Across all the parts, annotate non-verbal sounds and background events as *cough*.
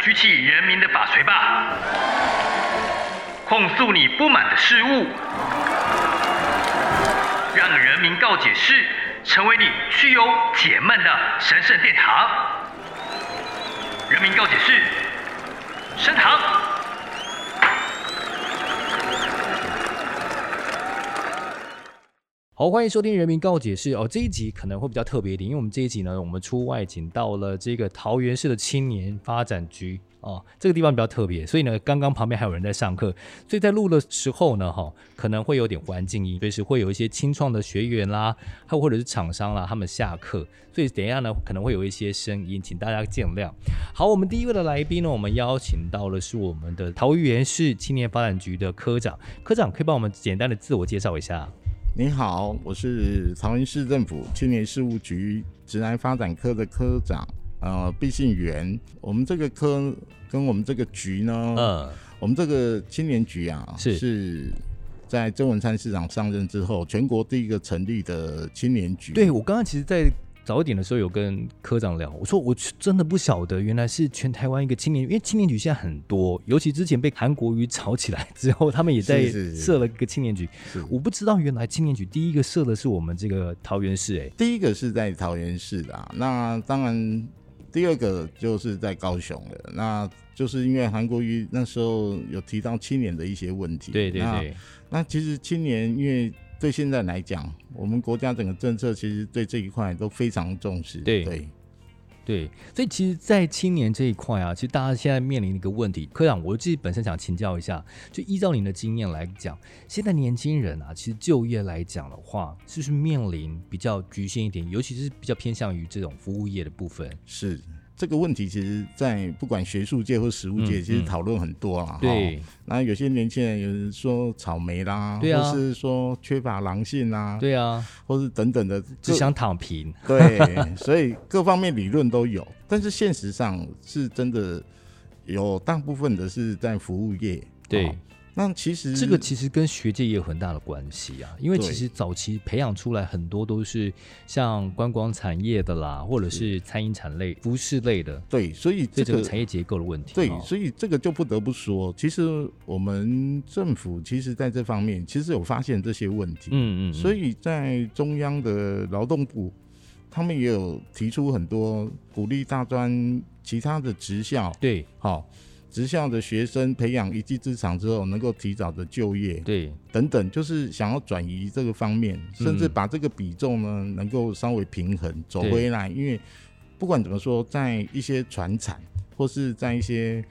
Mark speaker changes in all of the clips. Speaker 1: 举起人民的法锤吧，控诉你不满的事物，让人民告解室成为你去忧解闷的神圣殿堂。人民告解室，升堂。
Speaker 2: 好，欢迎收听《人民告解室》哦。这一集可能会比较特别一点，因为我们这一集呢，我们出外景到了这个桃园市的青年发展局哦，这个地方比较特别，所以呢，刚刚旁边还有人在上课，所以在录的时候呢，哈、可能会有点环境音，随时会有一些清创的学员啦，还有或者是厂商啦，他们下课，所以等一下呢，可能会有一些声音，请大家见谅。好，我们第一位的来宾呢，我们邀请到的是我们的桃园市青年发展局的科长，科长可以帮我们简单的自我介绍一下。
Speaker 3: 你好，我是桃园市政府青年事务局职来发展科的科长，呃，毕信元。我们这个科跟我们这个局呢，
Speaker 2: 嗯，
Speaker 3: 我们这个青年局啊，
Speaker 2: 是
Speaker 3: 在曾文灿市长上任之后，全国第一个成立的青年局。
Speaker 2: 对，我刚刚其实，在早一点的时候有跟科长聊，我说我真的不晓得，原来是全台湾一个青年，因为青年局现在很多，尤其之前被韩国瑜炒起来 *laughs* 之后，他们也在
Speaker 3: 是是是
Speaker 2: 设了一个青年局。
Speaker 3: 是
Speaker 2: 我不知道原来青年局第一个设的是我们这个桃园市、哎，
Speaker 3: 第一个是在桃园市的、啊，那当然第二个就是在高雄的，那就是因为韩国瑜那时候有提到青年的一些问题，
Speaker 2: 对对
Speaker 3: 那
Speaker 2: 对，
Speaker 3: 那其实青年，因为对现在来讲，我们国家整个政策其实对这一块都非常重视。
Speaker 2: 对对，所以其实，在青年这一块啊，其实大家现在面临的一个问题，科长，我自己本身想请教一下，就依照你的经验来讲，现在年轻人啊，其实就业来讲的话，是不是面临比较局限一点，尤其是比较偏向于这种服务业的部分？
Speaker 3: 是这个问题，其实，在不管学术界或实务界，
Speaker 2: 嗯
Speaker 3: 其实
Speaker 2: 嗯
Speaker 3: 讨论很多了。
Speaker 2: 对
Speaker 3: 齁，那有些年轻人有人说草莓啦，
Speaker 2: 对啊
Speaker 3: 或是说缺乏狼性啦，
Speaker 2: 对啊，
Speaker 3: 或是等等的，
Speaker 2: 只
Speaker 3: 各
Speaker 2: 想躺平， *laughs*
Speaker 3: 对，所以各方面理论都有，但是现实上是真的有大部分的是在服务业。
Speaker 2: 对。
Speaker 3: 齁那其实
Speaker 2: 这个其实跟学界也有很大的关系啊，因为
Speaker 3: 对
Speaker 2: 其实早期培养出来很多都是像观光产业的啦，或者是餐饮产类、服饰类的，
Speaker 3: 对，所以
Speaker 2: 所
Speaker 3: 这
Speaker 2: 以整个
Speaker 3: 个
Speaker 2: 产业结构的问题哦。
Speaker 3: 对，所以这个就不得不说，其实我们政府其实在这方面其实有发现这些问题，
Speaker 2: 嗯嗯，嗯
Speaker 3: 所以在中央的劳动部，他们也有提出很多鼓励大专其他的职校，
Speaker 2: 对
Speaker 3: 好、职校的学生培养一技之长之后，能够提早的就业
Speaker 2: 对
Speaker 3: 等等，就是想要转移这个方面，甚至把这个比重呢能够稍微平衡走
Speaker 2: 嗯对
Speaker 3: 回来，因为不管怎么说，在一些传产或是在一些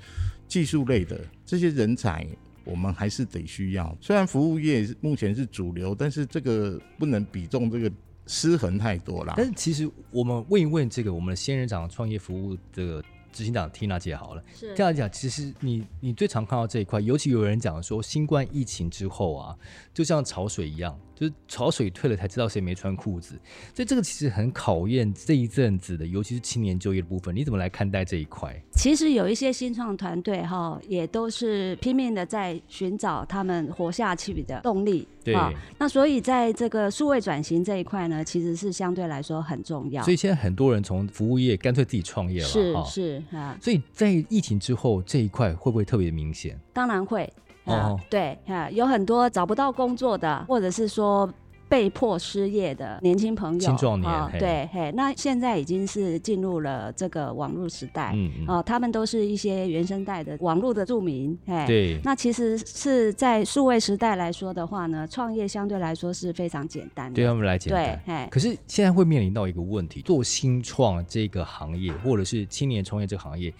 Speaker 3: 技术类的这些人才，我们还是得需要。虽然服务业目前是主流，但是这个不能比重这个失衡太多啦
Speaker 2: 但。是其实我们问一问这个我们的仙人掌创业服务的执行长 Tina 姐好了
Speaker 4: 是
Speaker 2: ，Tina 姐，其实你你最常看到这一块，尤其有人讲说新冠疫情之后啊，就像潮水一样，就是潮水退了才知道谁没穿裤子，所以这个其实很考验这一阵子的，尤其是青年就业的部分，你怎么来看待这一块？
Speaker 4: 其实有一些新创团队哈，也都是拼命的在寻找他们活下去的动力。
Speaker 2: 对
Speaker 4: 啊那所以在这个数位转型这一块呢，其实是相对来说很重要。
Speaker 2: 所以现在很多人从服务业干脆自己创业了，
Speaker 4: 是
Speaker 2: 哈
Speaker 4: 是啊，
Speaker 2: 所以在疫情之后这一块会不会特别明显？
Speaker 4: 当然会啊，
Speaker 2: 哦
Speaker 4: 对啊，有很多找不到工作的，或者是说。被迫失业的年轻朋友，
Speaker 2: 青壮年
Speaker 4: 啊
Speaker 2: 嘿
Speaker 4: 对，嘿，那现在已经是进入了这个网络时代，
Speaker 2: 嗯嗯，
Speaker 4: 哦，他们都是一些原生代的网络的著名，哎，
Speaker 2: 对
Speaker 4: 那其实是在数位时代来说的话呢，创业相对来说是非常简单的，
Speaker 2: 对他啊们来简单
Speaker 4: 对，。哎，
Speaker 2: 可是现在会面临到一个问题，做新创这个行业，或者是青年创业这个行业，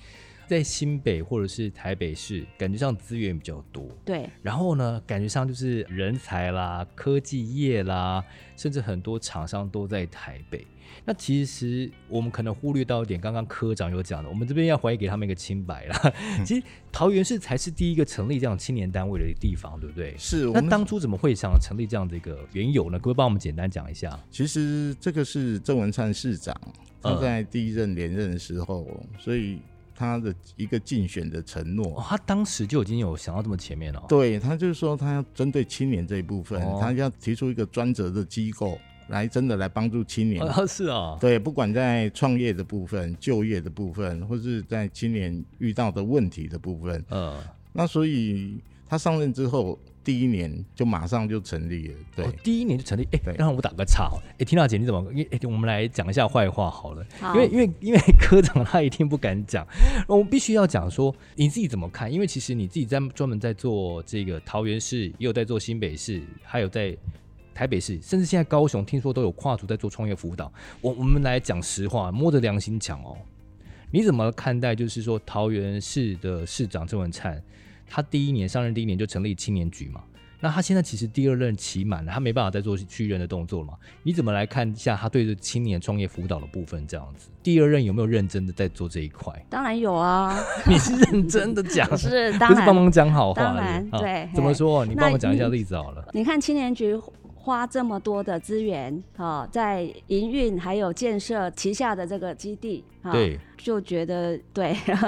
Speaker 2: 在新北或者是台北市，感觉上资源比较多。
Speaker 4: 对，
Speaker 2: 然后呢，感觉上就是人才啦、科技业啦，甚至很多厂商都在台北。那其实我们可能忽略到一点，刚刚科长有讲的，我们这边要还给他们一个清白啦。其实桃园市才是第一个成立这样青年单位的地方，对不对？
Speaker 3: 是我
Speaker 2: 那
Speaker 3: 们
Speaker 2: 当初怎么会想成立这样的一个缘由呢？可不可以帮我们简单讲一下？
Speaker 3: 其实这个是郑文灿市长他
Speaker 2: 嗯
Speaker 3: 在第一任连任的时候，所以他的一个竞选的承诺。
Speaker 2: 哦，他当时就已经有想到这么前面了、哦。
Speaker 3: 对他就是说，他要针对青年这一部分，
Speaker 2: 哦
Speaker 3: 他要提出一个专责的机构，来真的来帮助青年。
Speaker 2: 哦，是哦，
Speaker 3: 对，不管在创业的部分、就业的部分，或是在青年遇到的问题的部分，
Speaker 2: 呃，
Speaker 3: 那所以他上任之后第一年就马上就成立了，对，
Speaker 2: 哦第一年就成立。哎、
Speaker 3: 对
Speaker 2: 让我打个岔哦。哎、缇娜姐，你怎么？哎、我们来讲一下坏话好了，
Speaker 4: 好
Speaker 2: 因为因为因为 *laughs* 科长他一定不敢讲，我们必须要讲说你自己怎么看？因为其实你自己在专门在做这个桃园市，也有在做新北市，还有在。台北市，甚至现在高雄，听说都有跨组在做创业辅导。我我们来讲实话，摸着良心讲哦，你怎么看待？就是说，桃园市的市长郑文灿，他第一年上任第一年就成立青年局嘛。那他现在其实第二任期满了，他没办法再做续任的动作了嘛？你怎么来看一下他对这青年创业辅导的部分这样子？第二任有没有认真的在做这一
Speaker 4: *laughs*
Speaker 2: 块？
Speaker 4: 当然
Speaker 2: *laughs*
Speaker 4: 有啊，
Speaker 2: 你是认真的讲，
Speaker 4: 可是
Speaker 2: *laughs*
Speaker 4: 当
Speaker 2: 不是帮
Speaker 4: 然。
Speaker 2: 忙讲好话
Speaker 4: 当
Speaker 2: 而已？
Speaker 4: 然对
Speaker 2: 怎么
Speaker 4: 嘿
Speaker 2: 说？你帮
Speaker 4: 那
Speaker 2: 我讲一下
Speaker 4: 嗯
Speaker 2: 例子好了。
Speaker 4: 你看青年局花这么多的资源啊、在营运还有建设旗下的这个基地，啊，
Speaker 2: 对，
Speaker 4: 就觉得对，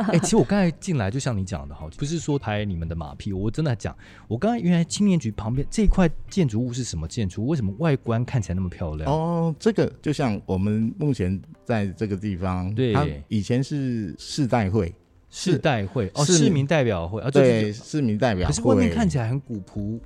Speaker 2: 哎、其实我刚才进来，就像你讲的哈，不是说拍你们的马屁，我真的讲，我刚才原来青年局旁边这块建筑物是什么建筑？为什么外观看起来那么漂亮？
Speaker 3: 哦，这个就像我们目前在这个地方，
Speaker 2: 对啊
Speaker 3: 它以前是世代会，
Speaker 2: 世代会哦，
Speaker 3: 市
Speaker 2: 市民代表会啊，就
Speaker 3: 对，
Speaker 2: 是。
Speaker 3: 市民代表
Speaker 2: 可
Speaker 3: 会。
Speaker 2: 是外面看起来很古朴，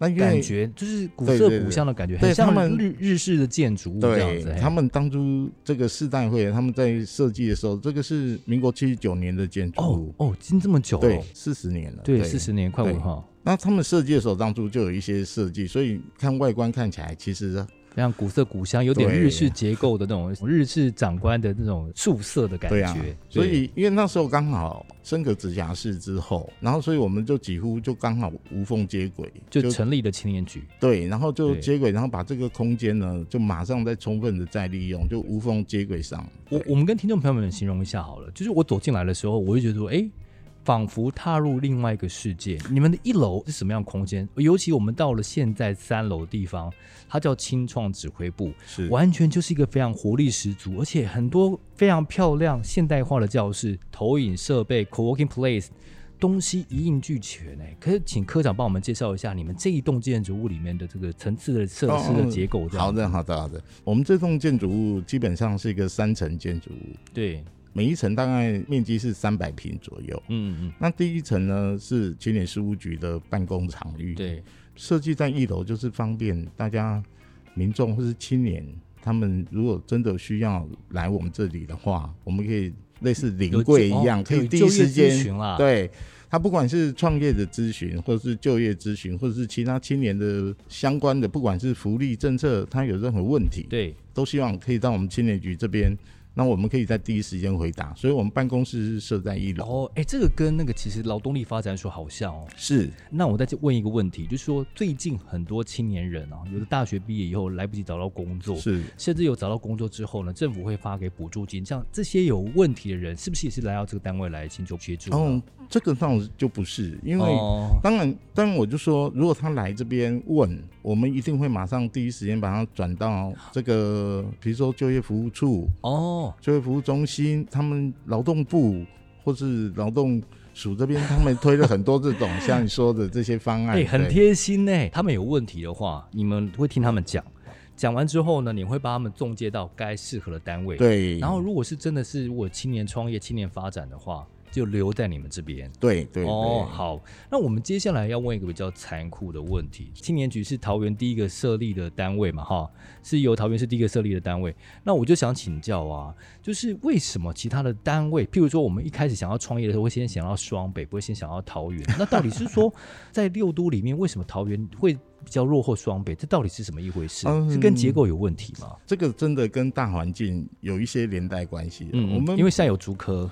Speaker 3: 那因为
Speaker 2: 感觉就是古
Speaker 3: 对
Speaker 2: 色
Speaker 3: 对
Speaker 2: 古
Speaker 3: 对
Speaker 2: 香的感觉，
Speaker 3: 对
Speaker 2: 很像
Speaker 3: 他们
Speaker 2: 日日式的建筑物这样
Speaker 3: 对
Speaker 2: 子。哎嘿
Speaker 3: 他们当初这个世代会，他们在设计的时候，这个是民国七十九年的建筑
Speaker 2: 哦
Speaker 3: 物，
Speaker 2: 哦，经这么久
Speaker 3: 嗯对
Speaker 2: 哦，，
Speaker 3: 四十年了，
Speaker 2: 对，四十年快
Speaker 3: 对
Speaker 2: 五哈，
Speaker 3: 那他们设计的时候，当初就有一些设计，所以看外观看起来，其实
Speaker 2: 非常古色古香，有点
Speaker 3: 对
Speaker 2: 日式结构的那种日式长官的那种宿舍的感
Speaker 3: 对
Speaker 2: 觉。
Speaker 3: 啊
Speaker 2: 对，
Speaker 3: 所以因为那时候刚好升格直辖市之后，然后所以我们就几乎就刚好无缝接轨，
Speaker 2: 就成立了青年局。
Speaker 3: 对，然后就
Speaker 2: 对
Speaker 3: 接轨，然后把这个空间呢，就马上再充分的再利用，就无缝接轨上。
Speaker 2: 我我们跟听众朋友们形容一下好了，就是我走进来的时候，我就觉得说，哎、仿佛踏入另外一个世界。你们的一楼是什么样的空间？尤其我们到了现在三楼的地方，它叫青创指挥部，
Speaker 3: 是
Speaker 2: 完全就是一个非常活力十足，而且很多非常漂亮现代化的教室、投影设备、co-working place。东西一应俱全哎、可是请科长帮我们介绍一下你们这一栋建筑物里面的这个层次的设施的结构，这样、
Speaker 3: 哦好的，好的，好的。我们这栋建筑物基本上是一个三层建筑物，
Speaker 2: 对，
Speaker 3: 每一层大概面积是三百平左右。
Speaker 2: 嗯嗯
Speaker 3: 那第一层呢是青年事务局的办公场
Speaker 2: 嗯，，
Speaker 3: 域，
Speaker 2: 对，
Speaker 3: 设计在一楼就是方便大家民众或是青年，他们如果真的需要来我们这里的话，我们可以类似临柜一样，
Speaker 2: 有就
Speaker 3: 可以第
Speaker 2: 有
Speaker 3: 一
Speaker 2: 就业
Speaker 3: 时
Speaker 2: 咨询
Speaker 3: 间
Speaker 2: 啦
Speaker 3: 对。他不管是创业的咨询，或是就业咨询，或者是其他青年的相关的，不管是福利政策，他有任何问题，
Speaker 2: 对，
Speaker 3: 都希望可以到我们青年局这边，那我们可以在第一时间回答。所以我们办公室是设在一楼，
Speaker 2: 哦，哎，这个跟那个其实劳动力发展署好像哦。
Speaker 3: 是
Speaker 2: 那我再去问一个问题，就是说最近很多青年人啊，有的大学毕业以后来不及找到工作，
Speaker 3: 是
Speaker 2: 甚至有找到工作之后呢，政府会发给补助金，像这些有问题的人，是不是也是来到这个单位来请求协助呢？
Speaker 3: 哦，这个倒就不是，因为
Speaker 2: 哦
Speaker 3: 当然，当然我就说，如果他来这边问，我们一定会马上第一时间把他转到这个，比如说就业服务处、
Speaker 2: 哦
Speaker 3: 就业服务中心，他们劳动部或是劳动署这边，他们推了很多这
Speaker 2: *laughs*
Speaker 3: 种像你说的这些方案，
Speaker 2: 哎、很
Speaker 3: 对
Speaker 2: 贴心呢、他们有问题的话，你们会听他们讲，讲完之后呢，你会把他们中介到该适合的单位。。
Speaker 3: 对，
Speaker 2: 然后，如果是真的是如果青年创业、青年发展的话，就留在你们这边。
Speaker 3: 对对
Speaker 2: 哦，
Speaker 3: 对
Speaker 2: 好，那我们接下来要问一个比较残酷的问题。青年局是桃园第一个设立的单位嘛，哈，是由桃园市第一个设立的单位。那我就想请教啊，就是为什么其他的单位，譬如说我们一开始想要创业的时候，会先想到双北，不会先想到桃
Speaker 3: *laughs*
Speaker 2: 园？那到底是说在六都里面，为什么桃园会比较落后双北？这到底是什么一回事？是跟结
Speaker 3: 嗯
Speaker 2: 构有问题吗？
Speaker 3: 这个真的跟大环境有一些连带关系。
Speaker 2: 嗯，
Speaker 3: 我们嗯
Speaker 2: 因为现在有竹科，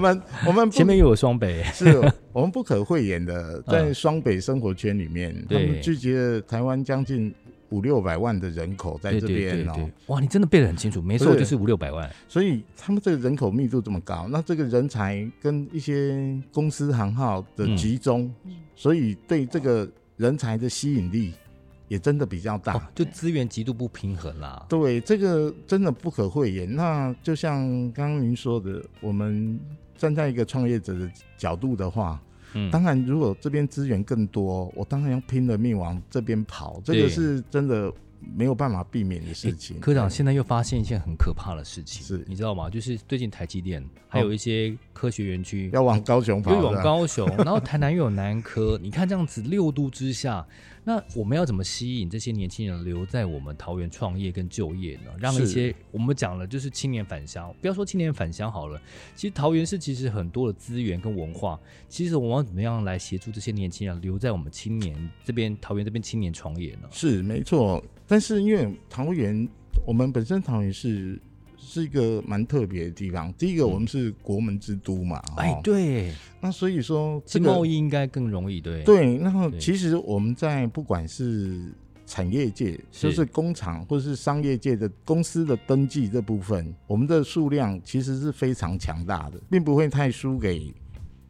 Speaker 2: *laughs*
Speaker 3: 们我们不
Speaker 2: 前面又有双北，
Speaker 3: 是我们不可讳言的，在双北生活圈里面，他
Speaker 2: 对
Speaker 3: 们聚集了台湾将近五六百万的人口在
Speaker 2: 对
Speaker 3: 这
Speaker 2: 对对
Speaker 3: 边哦
Speaker 2: 对，，哇，你真的背得很清楚，没错，
Speaker 3: 是
Speaker 2: 就是五六百万，
Speaker 3: 所以他们这个人口密度这么高，那这个人才跟一些公司行号的集中，所以对这个人才的吸引力也真的比较大。
Speaker 2: 哦就资源极度不平衡啦。
Speaker 3: 对，这个真的不可讳言。那就像刚刚您说的，我们站在一个创业者的角度的话，
Speaker 2: 嗯
Speaker 3: 当然，如果这边资源更多，我当然要拼了命往这边跑，这
Speaker 2: 对
Speaker 3: 个是真的没有办法避免的事情。
Speaker 2: 科长
Speaker 3: 嗯
Speaker 2: 现在又发现一件很可怕的事情，
Speaker 3: 是
Speaker 2: 你知道吗？就是最近台积电还有一些科学园区
Speaker 3: 要往高雄跑，
Speaker 2: 又往高
Speaker 3: *laughs*
Speaker 2: 雄，然后台南又有南科，你看这样子六度之下，那我们要怎么吸引这些年轻人留在我们桃园创业跟就业呢？让一
Speaker 3: 是
Speaker 2: 些我们讲了就是青年返乡，不要说青年返乡好了，其实桃园市其实很多的资源跟文化，其实我们要怎么样来协助这些年轻人留在我们青年这边桃园这边青年创业呢？
Speaker 3: 是没错，但是因为桃园，我们本身桃园是是一个蛮特别的地方。第一个，我们是国门之都嘛，
Speaker 2: 嗯哎
Speaker 3: 哦，，
Speaker 2: 对，
Speaker 3: 那所以说这
Speaker 2: 这
Speaker 3: 个
Speaker 2: 贸易应该更容易，对，
Speaker 3: 对，然后
Speaker 2: 对
Speaker 3: 其实我们在不管是产业界，
Speaker 2: 是
Speaker 3: 就是工厂或是商业界的公司的登记这部分，我们的数量其实是非常强大的，并不会太输给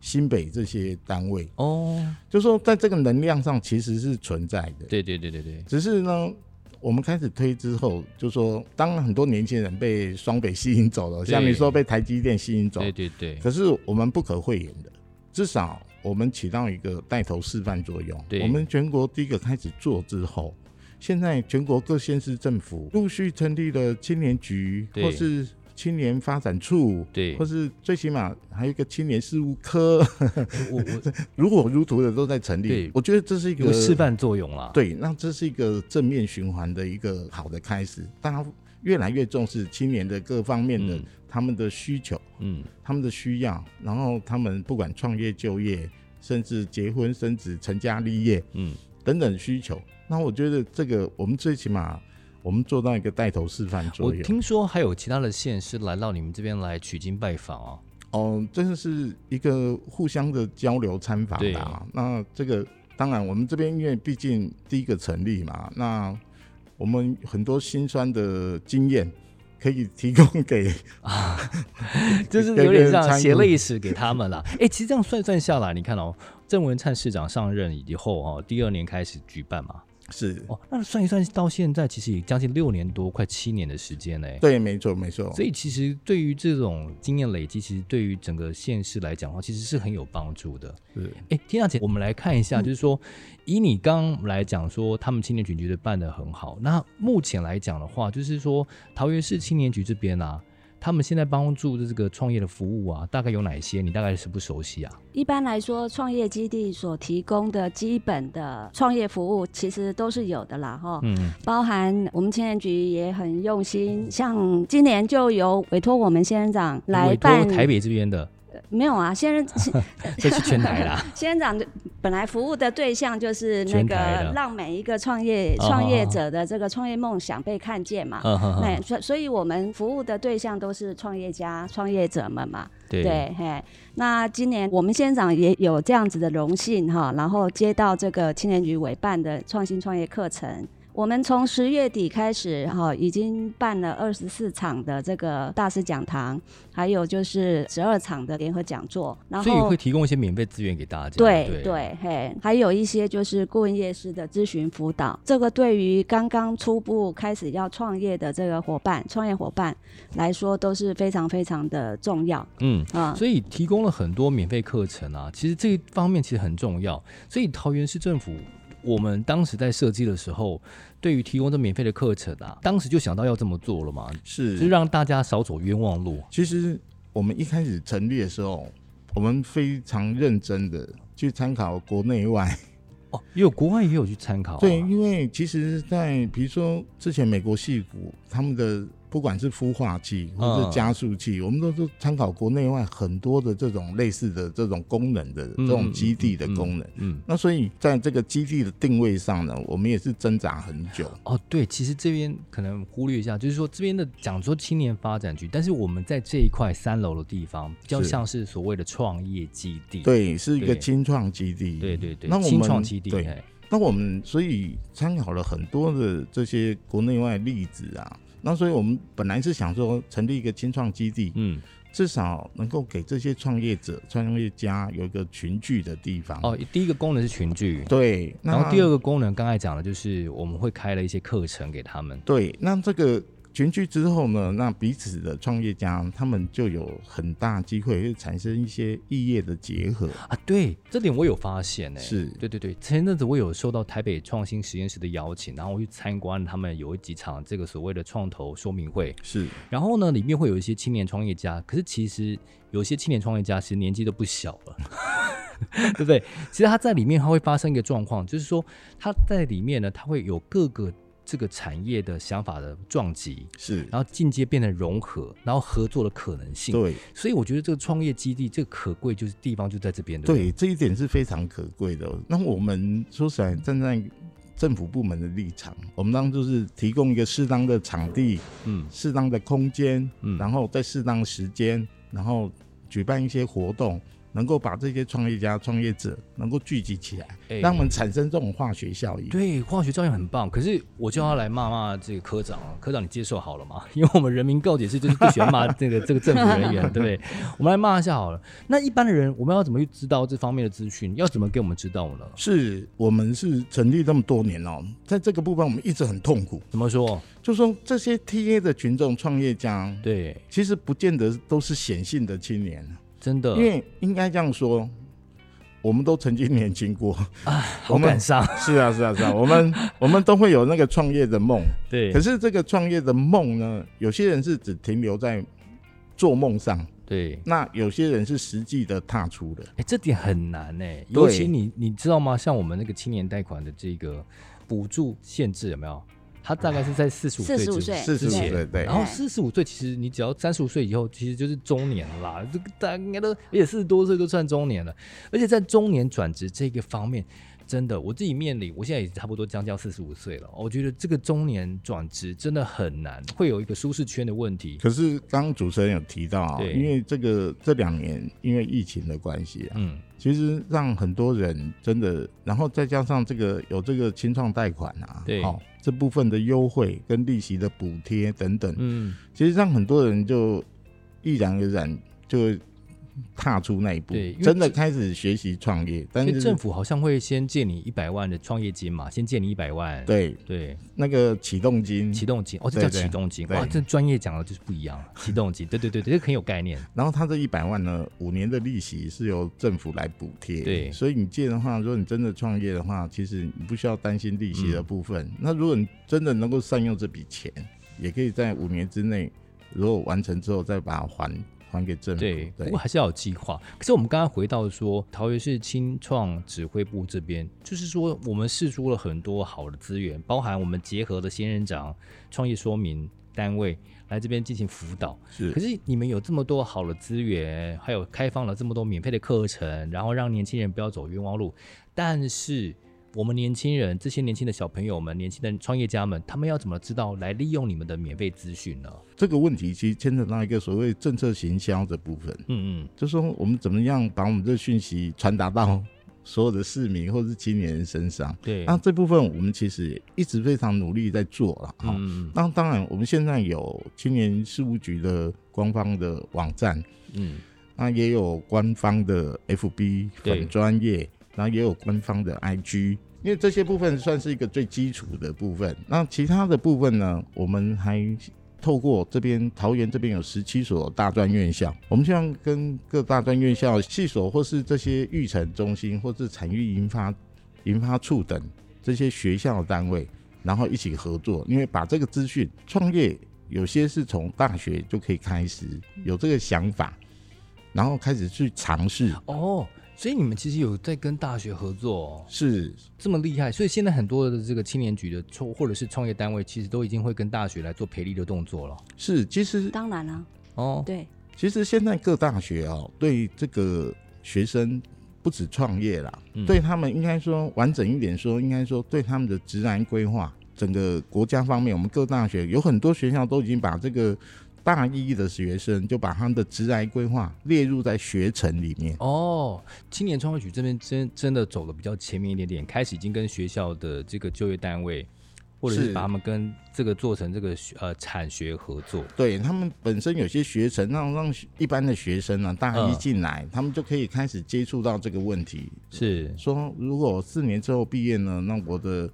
Speaker 3: 新北这些单位。
Speaker 2: 哦，
Speaker 3: 就说在这个能量上其实是存在的。
Speaker 2: 对对对对对，
Speaker 3: 只是呢，我们开始推之后，就说当很多年轻人被双北吸引走了，
Speaker 2: 对
Speaker 3: 像你说被台积电吸引走，
Speaker 2: 对对对，
Speaker 3: 可是我们不可讳言的，至少我们起到一个带头示范作用
Speaker 2: 对。
Speaker 3: 我们全国第一个开始做之后。现在全国各县市政府陆续成立了青年局，
Speaker 2: 对
Speaker 3: 或是青年发展处，
Speaker 2: 对
Speaker 3: 或是最起码还有一个青年事务科， *laughs*
Speaker 2: 我我呃
Speaker 3: 如火如荼的都在成立
Speaker 2: 对。
Speaker 3: 我觉得这是一
Speaker 2: 有
Speaker 3: 个
Speaker 2: 示范作用啦，
Speaker 3: 对，那这是一个正面循环的一个好的开始。大家越来越重视青年的各方面的、
Speaker 2: 嗯
Speaker 3: 他们的需求、
Speaker 2: 嗯。
Speaker 3: 他们的需要，然后他们不管创业、就业，甚至结婚、生子、成家立业
Speaker 2: 嗯
Speaker 3: 等等需求。那我觉得这个我们最起码我们做到一个带头示范
Speaker 2: 我
Speaker 3: 作用。
Speaker 2: 听说还有其他的县市来到你们这边来取经拜访 *laughs* 啊，
Speaker 3: 哦，这个是一个互相的交流参访
Speaker 2: 对
Speaker 3: 啦。那这个当然，我们这边因为毕竟第一个成立嘛，那我们很多辛酸的经验可以提
Speaker 2: *laughs*
Speaker 3: 供给
Speaker 2: 就是有点像写历史给他们啦。 *laughs* 哎、其实这样算算下来，你看哦，郑文灿市长上任以后哦，第二年开始举办嘛，
Speaker 3: 是。
Speaker 2: 哦，那算一算到现在，其实也将近六年多，快七年的时间嘞。
Speaker 3: 对，没错，没错
Speaker 2: 所。以其实对于这种经验累积，其实对于整个县市来讲的话，其实是很有帮助的。
Speaker 3: 是
Speaker 2: 哎，天大姐，我们来看一
Speaker 4: 嗯
Speaker 2: 下，就是说，以你刚来讲说，他们青年局觉得办得很好。那目前来讲的话，就是说，桃园市青年局这边啊，他们现在帮助的这个创业的服务啊，大概有哪些？你大概是不熟悉啊？
Speaker 4: 一般来说，创业基地所提供的基本的创业服务，其实都是有的啦，哈。
Speaker 2: 嗯，
Speaker 4: 包含我们青年局也很用心，像今年就由委托我们仙人掌来
Speaker 2: 委托
Speaker 4: 办，
Speaker 2: 台北这边的，
Speaker 4: 没有啊，仙人 *laughs*
Speaker 2: 这是全台啦。
Speaker 4: 仙人掌就本来服务的对象就是那
Speaker 2: 全台的
Speaker 4: 个让每一个创业
Speaker 2: 哦
Speaker 4: 创业者的这个创业梦想被看见嘛。
Speaker 2: 嗯哼
Speaker 4: 那
Speaker 2: 哼，
Speaker 4: 所所以我们服务的对象都是创业家、创业者们嘛。
Speaker 2: 对，
Speaker 4: 嘿，那今年我们县长也有这样子的荣幸哈，然后接到这个青年局委办的创新创业课程。我们从十月底开始哈，已经办了二十四场的这个大师讲堂，还有就是十二场的联合讲座，然
Speaker 2: 所以
Speaker 4: 后
Speaker 2: 会提供一些免费资源给大家。
Speaker 4: 对
Speaker 2: 对
Speaker 4: 对，嘿，还有一些就是顾问夜市的咨询辅导，这个对于刚刚初步开始要创业的这个伙伴、创业伙伴来说都是非常非常的重要
Speaker 2: 嗯。
Speaker 4: 啊。
Speaker 2: 所以提供了很多免费课程啊，其实这一方面其实很重要。所以桃园市政府，我们当时在设计的时候，对于提供这免费的课程啊，当时就想到要这么做了嘛，就是
Speaker 3: 是。
Speaker 2: 让大家少走冤枉路。
Speaker 3: 其实我们一开始成立的时候，我们非常认真的去参考国内外。
Speaker 2: 哦，也有国外也有去参考、啊，
Speaker 3: 对，因为其实在比如说之前美国戏骨他们的不管是孵化器或
Speaker 2: 嗯
Speaker 3: 是加速器，我们都是参考国内外很多的这种类似的这种功能的
Speaker 2: 嗯
Speaker 3: 这种基地的功能。
Speaker 2: 嗯，
Speaker 3: 那所以在这个基地的定位上呢，我们也是挣扎很久。
Speaker 2: 哦，对，其实这边可能忽略一下，就是说这边的讲说青年发展局，但是我们在这一块三楼的地方，比较
Speaker 3: 是
Speaker 2: 像是所谓的创业基地。
Speaker 3: 对，是一个
Speaker 2: 对
Speaker 3: 清创基地。
Speaker 2: 对对对，
Speaker 3: 那我们
Speaker 2: 新创基地，
Speaker 3: 对
Speaker 2: 哎
Speaker 3: 那我们所以参考了很多的这些国内外例子啊。那所以我们本来是想说成立一个清创基地，
Speaker 2: 嗯，
Speaker 3: 至少能够给这些创业者、创业家有一个群聚的地方。
Speaker 2: 哦，第一个功能是群聚，
Speaker 3: 对，那
Speaker 2: 然后第二个功能，刚才讲的就是我们会开了一些课程给他们。
Speaker 3: 对，那这个群聚之后呢，那彼此的创业家他们就有很大机会会产生一些异业的结合。
Speaker 2: 啊，对，这点我有发现呢、
Speaker 3: 是
Speaker 2: 对对对，前阵子我有收到台北创新实验室的邀请，然后我去参观他们有几场这个所谓的创投说明会，
Speaker 3: 是
Speaker 2: 然后呢，里面会有一些青年创业家，可是其实有些青年创业家其实年纪都不小了， *laughs* 对不对？其实他在里面他会发生一个状况，就是说他在里面呢，他会有各个这个产业的想法的撞击，
Speaker 3: 是，
Speaker 2: 然后进阶变得融合，然后合作的可能性。
Speaker 3: 对
Speaker 2: 所以我觉得这个创业基地这个可贵就是地方就在这边，对不对
Speaker 3: 对，这一点是非常可贵的哦。那我们说实在，站在政府部门的立场，我们当然就是提供一个适当的场地、
Speaker 2: 嗯
Speaker 3: 适当的空间，
Speaker 2: 嗯
Speaker 3: 然后在适当时间，然后举办一些活动，能够把这些创业家、创业者能够聚集起来，
Speaker 2: 哎
Speaker 3: 让我们产生这种化学效应。
Speaker 2: 对，化学照应很棒。可是我叫他来骂骂这个科长，科长你接受好了吗？因为我们人民告解室就是不喜欢骂这个这个政府人员，对不
Speaker 3: *laughs*
Speaker 2: 对？我们来骂一下好了。那一般的人，我们要怎么去知道这方面的资讯？要怎么给我们知道呢？
Speaker 3: 是我们是成立这么多年哦，在这个部分我们一直很痛苦，
Speaker 2: 怎么说？
Speaker 3: 就说这些 TA 的群众创业家，
Speaker 2: 对，
Speaker 3: 其实不见得都是显性的青年，
Speaker 2: 真的
Speaker 3: 因，为应该这样说，我们都曾经年轻过，
Speaker 2: 好感伤。
Speaker 3: 是啊，是啊，是啊，
Speaker 2: *laughs*
Speaker 3: 我们我们都会有那个创业的梦，
Speaker 2: 对
Speaker 3: 可，是这个创业的梦呢，有些人是只停留在做梦上，
Speaker 2: 对。
Speaker 3: 那有些人是实际的踏出了，
Speaker 2: 哎，这点很难哎，
Speaker 3: 对
Speaker 2: 尤其你你知道吗？像我们那个青年贷款的这个补助限制有没有？它大概是在四十五岁之
Speaker 4: 45岁
Speaker 3: 四十五
Speaker 2: 之前
Speaker 3: 岁，对
Speaker 2: 然，后四十五岁，其实你只要三十五岁以后，其实就是中年了啦。这个大家应该都，而且四十多岁都算中年了。而且在中年转职这个方面，真的我自己面临，我现在也差不多将近四十五岁了。我觉得这个中年转职真的很难，会有一个舒适圈的问题。
Speaker 3: 可是刚刚主持人有提到啊，
Speaker 2: 对
Speaker 3: 因为这个这两年因为疫情的关系啊，
Speaker 2: 嗯，
Speaker 3: 其实让很多人真的，然后再加上这个有这个清创贷款啊，
Speaker 2: 对
Speaker 3: 好、这部分的优惠跟利息的补贴等等，
Speaker 2: 嗯，
Speaker 3: 其实让很多人就毅然而然就踏出那一步
Speaker 2: 对因为，
Speaker 3: 真的开始学习创业。但
Speaker 2: 因为
Speaker 3: 是
Speaker 2: 政府好像会先借你一百万的创业金嘛，先借你一百万。
Speaker 3: 对
Speaker 2: 对，
Speaker 3: 那个启动金，
Speaker 2: 启动金哦，这
Speaker 3: 对
Speaker 2: 叫
Speaker 3: 对
Speaker 2: 启动金
Speaker 3: 对
Speaker 2: 哇，这专业讲的就是不一样了。启动金，对对对对，这个很有概念。
Speaker 3: 然后他这一百万呢，五年的利息是由政府来补贴。
Speaker 2: 对
Speaker 3: 所以你借的话，如果你真的创业的话，其实你不需要担心利息的部
Speaker 2: 嗯
Speaker 3: 分。那如果你真的能够善用这笔钱，也可以在五年之内，如果完成之后再把它还还给政府。
Speaker 2: 对，不过还是要有计划。可是我们刚刚回到说，桃园市青创指挥部这边，就是说我们试出了很多好的资源，包含我们结合了仙人掌创业说明单位来这边进行辅导。
Speaker 3: 是
Speaker 2: 可是你们有这么多好的资源，还有开放了这么多免费的课程，然后让年轻人不要走冤枉路，但是。我们年轻人，这些年轻的小朋友们、年轻的创业家们，他们要怎么知道来利用你们的免费资讯呢？
Speaker 3: 这个问题，其实牵扯到一个所谓政策行销的部分。
Speaker 2: 嗯嗯，
Speaker 3: 就说我们怎么样把我们这讯息传达到所有的市民或是青年人身上。
Speaker 2: 对，
Speaker 3: 那这部分我们其实也一直非常努力在做了哈。
Speaker 2: 嗯嗯
Speaker 3: 那当然，我们现在有青年事务局的官方的网站，
Speaker 2: 嗯，
Speaker 3: 那也有官方的 FB
Speaker 2: 对
Speaker 3: 粉专业，然后也有官方的 IG，因为这些部分算是一个最基础的部分。那其他的部分呢，我们还透过这边桃园这边有十七所大专院校，我们希望跟各大专院校、系所或是这些育成中心或是产业研发研发处等这些学校单位，然后一起合作，因为把这个资讯创业。有些是从大学就可以开始有这个想法，然后开始去尝试，
Speaker 2: 哦，所以你们其实有在跟大学合作、哦，
Speaker 3: 是
Speaker 2: 这么厉害。所以现在很多的这个青年局的创或者是创业单位，其实都已经会跟大学来做培力的动作了。
Speaker 3: 是，其实
Speaker 4: 当然啦，
Speaker 2: 哦，
Speaker 4: 对，
Speaker 3: 其实现在各大学哦，对这个学生不止创业啦，
Speaker 2: 嗯
Speaker 3: 对他们应该说完整一点说，应该说对他们的职涯规划，整个国家方面，我们各大学有很多学校都已经把这个大一的学生就把他们的职涯规划列入在学程里面。
Speaker 2: 哦，青年创业局这边真真的走的比较前面一点点，开始已经跟学校的这个就业单位，或者是
Speaker 3: 是
Speaker 2: 把他们跟这个做成这个学呃产学合作。
Speaker 3: 对他们本身有些学程，让让一般的学生呢、大一
Speaker 2: 嗯
Speaker 3: 进来，他们就可以开始接触到这个问题，
Speaker 2: 是
Speaker 3: 说如果我四年之后毕业呢，那我的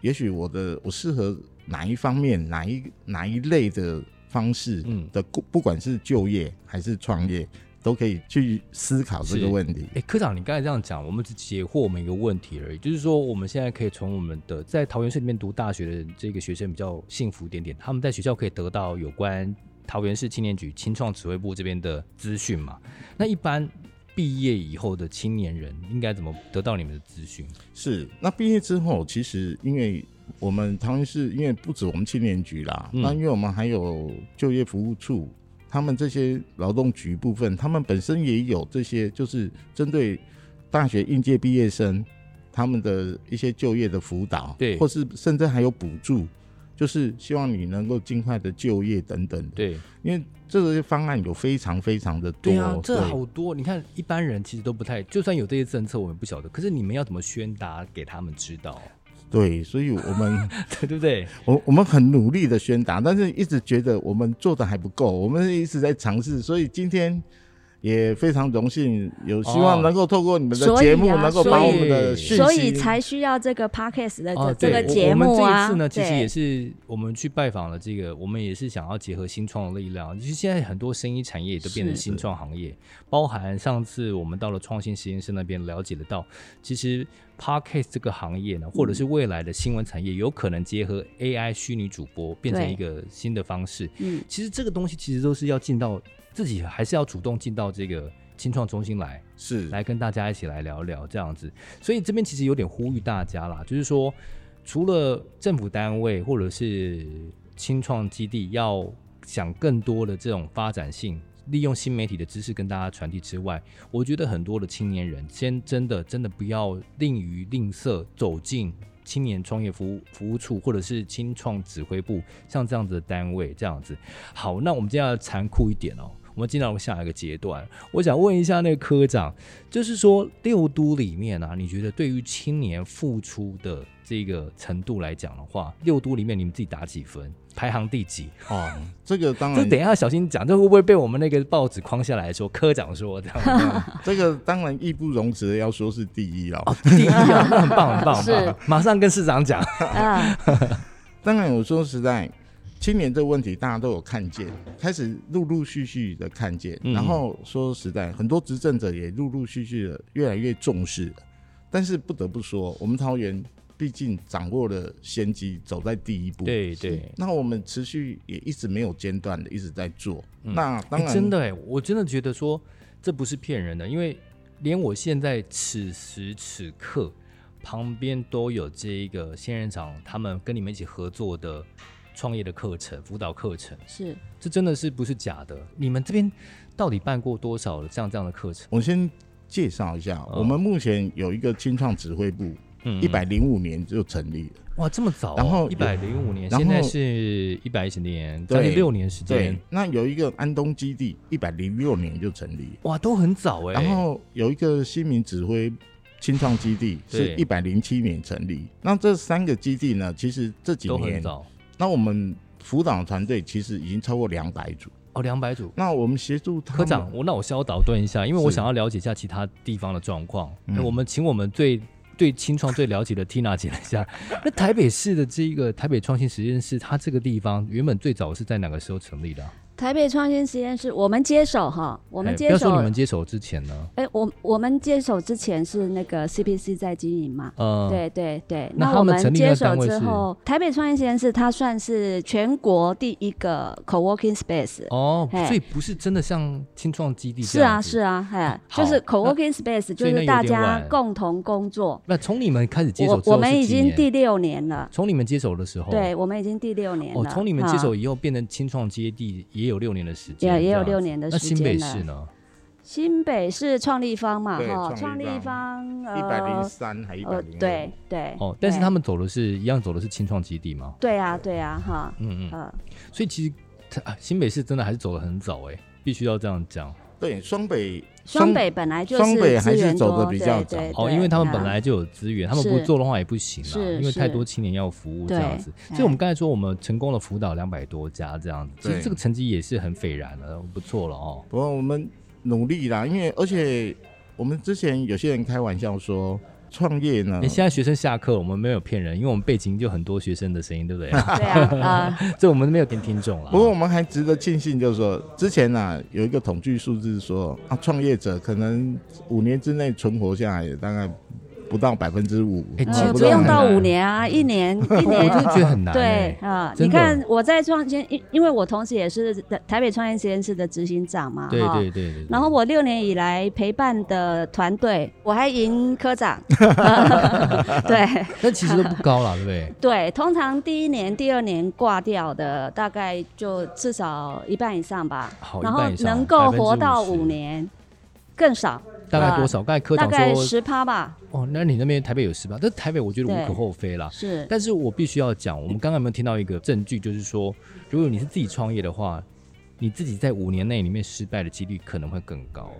Speaker 3: 也许我的我适合哪一方面、哪一哪一类的方式
Speaker 2: 嗯
Speaker 3: 的，不不管是就业还是创业，都可以去思考这
Speaker 2: 是
Speaker 3: 个问题。
Speaker 2: 哎，科长，你刚才这样讲，我们只解惑我们一个问题而已，就是说我们现在可以从我们的在桃园市里面读大学的这个学生比较幸福一点点，他们在学校可以得到有关桃园市青年局青创指挥部这边的资讯嘛？那一般毕业以后的青年人应该怎么得到你们的资讯？
Speaker 3: 是，那毕业之后，其实因为我们桃园市，因为不止我们青年局啦，
Speaker 2: 嗯
Speaker 3: 那因为我们还有就业服务处，他们这些劳动局部分，他们本身也有这些，就是针对大学应届毕业生他们的一些就业的辅导，
Speaker 2: 对
Speaker 3: 或是甚至还有补助，就是希望你能够尽快的就业等等的。
Speaker 2: 对
Speaker 3: 因为这些方案有非常非常的多，
Speaker 2: 啊这好多。你看，一般人其实都不太，就算有这些政策，我们不晓得。可是你们要怎么宣达给他们知道， *laughs*
Speaker 3: 对，所以我们。
Speaker 2: 对不对？
Speaker 3: 我我们很努力的宣达，但是一直觉得我们做的还不够，我们一直在尝试，所以今天也非常荣幸，有希望
Speaker 2: 哦
Speaker 3: 能够透过你们的
Speaker 4: 所以
Speaker 3: 节目
Speaker 4: 啊
Speaker 3: 能够
Speaker 4: 所
Speaker 3: 把
Speaker 4: 以
Speaker 3: 我们的讯息，
Speaker 4: 所以才需要这个 podcast 的这
Speaker 2: 哦
Speaker 4: 呃这
Speaker 2: 对
Speaker 4: 个
Speaker 2: 我
Speaker 4: 节
Speaker 2: 我
Speaker 4: 目
Speaker 2: 们这
Speaker 4: 啊。
Speaker 2: 一次呢，其实
Speaker 4: 对
Speaker 2: 也是我们去拜访了这个，我们也是想要结合新创的力量。其实现在很多生意产业也都变成
Speaker 4: 是
Speaker 2: 新创行业，包含上次我们到了创新实验室那边了解得到，其实 podcast 这个行业呢，或者是
Speaker 4: 嗯
Speaker 2: 未来的新闻产业，有可能结合 AI 虚拟主播，变成
Speaker 4: 对
Speaker 2: 一个新的方式。
Speaker 4: 嗯，
Speaker 2: 其实这个东西其实都是要进到自己，还是要主动进到这个新创中心来。
Speaker 3: 是
Speaker 2: 来跟大家一起来聊聊这样子。所以这边其实有点呼吁大家啦，就是说，除了政府单位或者是青创基地要想更多的这种发展性。利用新媒体的知识跟大家传递之外，我觉得很多的青年人先真的真的不要吝于吝啬走进青年创业服务服务处或者是青创指挥部像这样子的单位这样子。好，那我们接下来残酷一点哦，我们进到下一个阶段，我想问一下那个科长，就是说六都里面啊，你觉得对于青年付出的这个程度来讲的话，六都里面你们自己打几分？排行第几？
Speaker 3: 哦，这个当
Speaker 2: *laughs* 这
Speaker 3: 然
Speaker 2: 等一下小心讲，这会不会被我们那个报纸框下来说科长说
Speaker 3: *laughs*
Speaker 2: 这样？
Speaker 3: 哦这个当然义不容辞的要说是第一
Speaker 4: *laughs*
Speaker 3: 哦。
Speaker 2: 第一啊，那很棒很棒很
Speaker 4: 是
Speaker 2: 棒，马上跟市长讲。
Speaker 4: 啊，
Speaker 3: 当然我说实在，青年这个问题大家都有看见，开始陆陆续续的看见，
Speaker 2: 嗯
Speaker 3: 然后说实在，很多执政者也陆陆续续的越来越重视了。但是不得不说，我们桃园毕竟掌握了先机，走在第一步。
Speaker 2: 对对，
Speaker 3: 那我们持续也一直没有间断的一直在做。
Speaker 2: 嗯
Speaker 3: 那当然、
Speaker 2: 欸真的哎，我真的觉得说这不是骗人的，因为连我现在此时此刻旁边都有这一个仙人掌，他们跟你们一起合作的创业的课程、辅导课程，
Speaker 4: 是
Speaker 2: 这真的是不是假的？你们这边到底办过多少像这样的课程？
Speaker 3: 我先介绍一下，
Speaker 2: 哦
Speaker 3: 我们目前有一个青创指挥部，
Speaker 2: 嗯
Speaker 3: 一百零五年就成立了。
Speaker 2: 哇，这么早、哦，
Speaker 3: 然后
Speaker 2: 一百零五年，
Speaker 3: 然
Speaker 2: 现在
Speaker 3: 后
Speaker 2: 是一百一十年，
Speaker 3: 对
Speaker 2: 将近六年时间
Speaker 3: 对，，那有一个安东基地，一百零六年就成立，
Speaker 2: 哇，都很早哎。
Speaker 3: 然后有一个新民指挥青创
Speaker 2: *laughs*
Speaker 3: 基地是
Speaker 2: 对
Speaker 3: 一百零七年成立。那这三个基地呢，其实这几
Speaker 2: 都很
Speaker 3: 年，
Speaker 2: 早
Speaker 3: 那我们辅导团队其实已经超过两百组。
Speaker 2: 哦，两百组。
Speaker 3: 那我们协助他
Speaker 2: 科
Speaker 3: 们
Speaker 2: 长，我那我稍打断一下，因为我
Speaker 3: 是
Speaker 2: 想要了解一下其他地方的状况。
Speaker 3: 嗯
Speaker 2: 那我们请我们最对清创最了解的 Tina 解来一
Speaker 3: *laughs*
Speaker 2: 下。那台北市的这一个台北创新实验室，它这个地方原本最早是在哪个时候成立的啊、
Speaker 4: 台北创新实验室，我们接手哈，我们
Speaker 2: 哎
Speaker 4: 接
Speaker 2: 不要
Speaker 4: 手
Speaker 2: 说你，们接手之前呢，
Speaker 4: 哎，我我们接手之前是那个 CPC 在经营嘛。
Speaker 2: 呃，
Speaker 4: 对对对，
Speaker 2: 那他
Speaker 4: 我
Speaker 2: 们成
Speaker 4: 们
Speaker 2: 立
Speaker 4: 接
Speaker 2: 的
Speaker 4: 手
Speaker 2: 单位
Speaker 4: 之
Speaker 2: 是
Speaker 4: 后，台北创新实验室它算是全国第一个 co-working space，
Speaker 2: 哦，
Speaker 4: 哎
Speaker 2: 所以不是真的像清创基地
Speaker 4: 是
Speaker 2: 这样
Speaker 4: 啊
Speaker 2: 子
Speaker 4: 是。啊，哎，
Speaker 2: 好
Speaker 4: 就是
Speaker 2: 那
Speaker 4: co-working space 就
Speaker 2: 所以那
Speaker 4: 是
Speaker 2: 有
Speaker 4: 大
Speaker 2: 点
Speaker 4: 家
Speaker 2: 晚
Speaker 4: 共同工作。
Speaker 2: 那从你们开始接手
Speaker 4: 我
Speaker 2: 之后
Speaker 4: 我们
Speaker 2: 是
Speaker 4: 已
Speaker 2: 几
Speaker 4: 经
Speaker 2: 年
Speaker 4: 第六年了，
Speaker 2: 从你们接手的时候，
Speaker 4: 对，我们已经第六年
Speaker 2: 哦
Speaker 4: 了。，
Speaker 2: 从你们接
Speaker 4: 啊
Speaker 2: 手以后变成清创基地也有六年的时间，
Speaker 4: 也也有
Speaker 2: 这样子
Speaker 4: 六年的时
Speaker 2: 那新北
Speaker 4: 间了
Speaker 2: 市呢？
Speaker 4: 新北市创立方嘛，
Speaker 3: 对
Speaker 4: 哈，
Speaker 3: 创
Speaker 4: 创
Speaker 3: 立
Speaker 4: 立方
Speaker 3: 一百零
Speaker 4: 呃
Speaker 3: 三还一百
Speaker 4: 呃，
Speaker 3: 零
Speaker 4: 对对
Speaker 2: 哦，但是
Speaker 4: 对
Speaker 2: 他们走的是一样走的是清创基地吗？
Speaker 4: 对啊对啊哈，
Speaker 2: 嗯嗯，
Speaker 4: 呃
Speaker 2: 所以其实 *laughs* 它啊新北市真的还是走得很早哎、必须要这样讲
Speaker 3: 对双北
Speaker 4: 双北本来就是
Speaker 3: 双北还
Speaker 4: 资
Speaker 3: 是
Speaker 4: 源
Speaker 3: 走得
Speaker 4: 多
Speaker 3: 比
Speaker 4: 对
Speaker 3: 较
Speaker 4: 对
Speaker 3: 早
Speaker 2: 哦，
Speaker 4: 对
Speaker 2: 因为他们
Speaker 4: 啊
Speaker 2: 本来就有资源，他们
Speaker 4: 是
Speaker 2: 不做的话也不行啦，
Speaker 4: 是
Speaker 2: 因为太
Speaker 4: 是
Speaker 2: 多青年要服务这
Speaker 4: 对哎
Speaker 2: 样子。所以我们刚才说，我们成功的辅导两百多家这样子，其实
Speaker 3: 对
Speaker 2: 这个成绩也是很斐然了，不错了哦。
Speaker 3: 不过我们努力啦，因为而且我们之前有些人开玩笑说，创业呢
Speaker 2: 哎、？现在学生下课，我们没有骗人，因为我们背景就很多学生的声音，对不
Speaker 3: *laughs*
Speaker 2: 对？
Speaker 4: 对
Speaker 2: *laughs*
Speaker 4: 啊，呃，
Speaker 2: 这我们没有听听众了。
Speaker 3: 不过我们还值得庆幸，就是说之前呢、啊、有一个统计数字说啊，创业者可能五年之内存活下来也大概不到百分之五啊
Speaker 2: 哎，其实
Speaker 4: 呃
Speaker 2: 这
Speaker 4: 不用
Speaker 2: 很
Speaker 4: 到
Speaker 2: 难
Speaker 4: 五年啊，
Speaker 2: *laughs*
Speaker 4: 一年一
Speaker 2: 我
Speaker 4: 年
Speaker 2: 真的觉得嗯很难、
Speaker 4: 对
Speaker 2: 欸。
Speaker 4: 啊、
Speaker 2: 真
Speaker 4: 你
Speaker 2: 的
Speaker 4: 看我在创新，因因为我同时也是台台北创业实验室的执行长嘛，
Speaker 2: 对
Speaker 4: 哈
Speaker 2: 对对对对。
Speaker 4: 然后我六年以来陪伴的团队，我还赢
Speaker 2: *laughs*
Speaker 4: 科长，对
Speaker 2: 但其实都不高啦，对不
Speaker 4: *laughs*
Speaker 2: 对？
Speaker 4: 对，通常第一年、第二年挂掉的大概就至少一半以上吧
Speaker 2: 好，
Speaker 4: 然
Speaker 2: 一
Speaker 4: 后
Speaker 2: 半以上
Speaker 4: 能够活到
Speaker 2: 50%
Speaker 4: 五年更少，
Speaker 2: 大概多少？刚才科
Speaker 4: 啊大
Speaker 2: 长
Speaker 4: 概
Speaker 2: 说，
Speaker 4: 十趴吧，
Speaker 2: 哦，那你那边台北有十八，但台北我觉得无可
Speaker 4: 对
Speaker 2: 厚非啦。
Speaker 4: 是
Speaker 2: 但是我必须要讲，我们刚刚有没有听到一个证据，就是说，如果你是自己创业的话，你自己在五年内里面失败的几率可能会更高，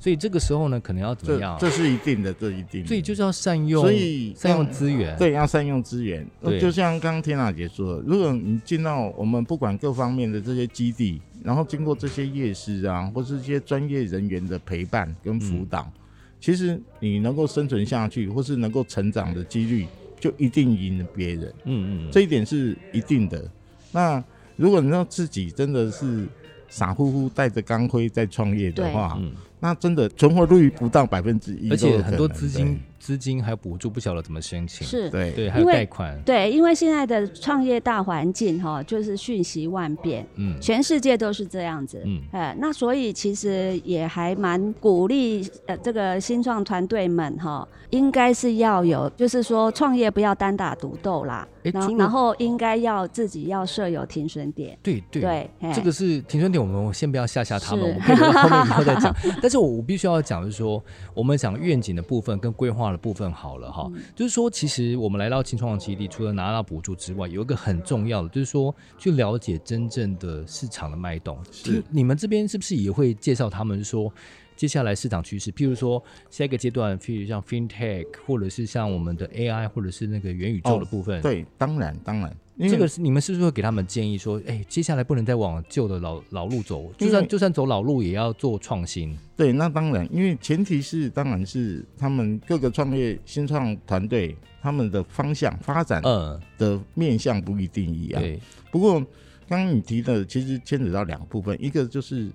Speaker 2: 所以这个时候呢，可能要怎么样
Speaker 3: 这
Speaker 2: 啊？
Speaker 3: 这是一定的，这一定的。
Speaker 2: 所以就是要善用，
Speaker 3: 所以
Speaker 2: 善用
Speaker 3: 让
Speaker 2: 资源，
Speaker 3: 对，要善用资源。
Speaker 2: 对
Speaker 3: 那就像刚刚天娜姐说的，如果你进到我们不管各方面的这些基地，然后经过这些夜市啊，或是一些专业人员的陪伴跟辅导，
Speaker 2: 嗯
Speaker 3: 其实你能够生存下去，或是能够成长的几率，就一定赢别人。
Speaker 2: 嗯嗯，
Speaker 3: 这一点是一定的。那如果你让自己真的是傻乎乎带着钢盔在创业的话，
Speaker 2: 嗯，
Speaker 3: 那真的存活率不到百分之一，
Speaker 2: 而且很多资金资金还有补助不晓得怎么申请，
Speaker 4: 是。
Speaker 3: 对
Speaker 2: 对，还有
Speaker 4: 因为
Speaker 2: 贷款，
Speaker 4: 对，因为现在的创业大环境哈、就是瞬息万变，
Speaker 2: 嗯，
Speaker 4: 全世界都是这样子。
Speaker 2: 嗯
Speaker 4: 呃，那所以其实也还蛮鼓励呃这个新创团队们哈、应该是要有，就是说创业不要单打独斗啦，
Speaker 2: 诶
Speaker 4: 然
Speaker 2: 除
Speaker 4: 后
Speaker 2: 了
Speaker 4: 然后应该要自己要设有停损点。
Speaker 2: 对对
Speaker 4: 对嘿
Speaker 2: 这个是停损点，我们先不要吓吓他们，
Speaker 4: 是
Speaker 2: 我们可以留到后面以后再
Speaker 4: *laughs*
Speaker 2: 讲。但是我我必须要讲，就是说我们讲愿景的部分跟规划的部分好了哈，
Speaker 4: 嗯
Speaker 2: 就是说其实我们来到青创基地，除了拿到补助之外，有一个很重要的，就是说去了解真正的市场的脉动。
Speaker 3: 是
Speaker 2: 你们这边是不是也会介绍他们说？接下来市场趋势，譬如说下一个阶段，譬如像 FinTech，或者是像我们的 AI，或者是那个元宇宙
Speaker 3: 哦
Speaker 2: 的部分，
Speaker 3: 对，当然当然，因为
Speaker 2: 这个是你们是不是会给他们建议说，哎、接下来不能再往旧的老老路走，就算就算走老路也要做创新。
Speaker 3: 对，那当然，因为前提是当然是他们各个创业新创团队他们的方向发展
Speaker 2: 嗯，
Speaker 3: 的面向不一定一样。
Speaker 2: 对，
Speaker 3: 不过刚刚你提的其实牵扯到两部分，一个就是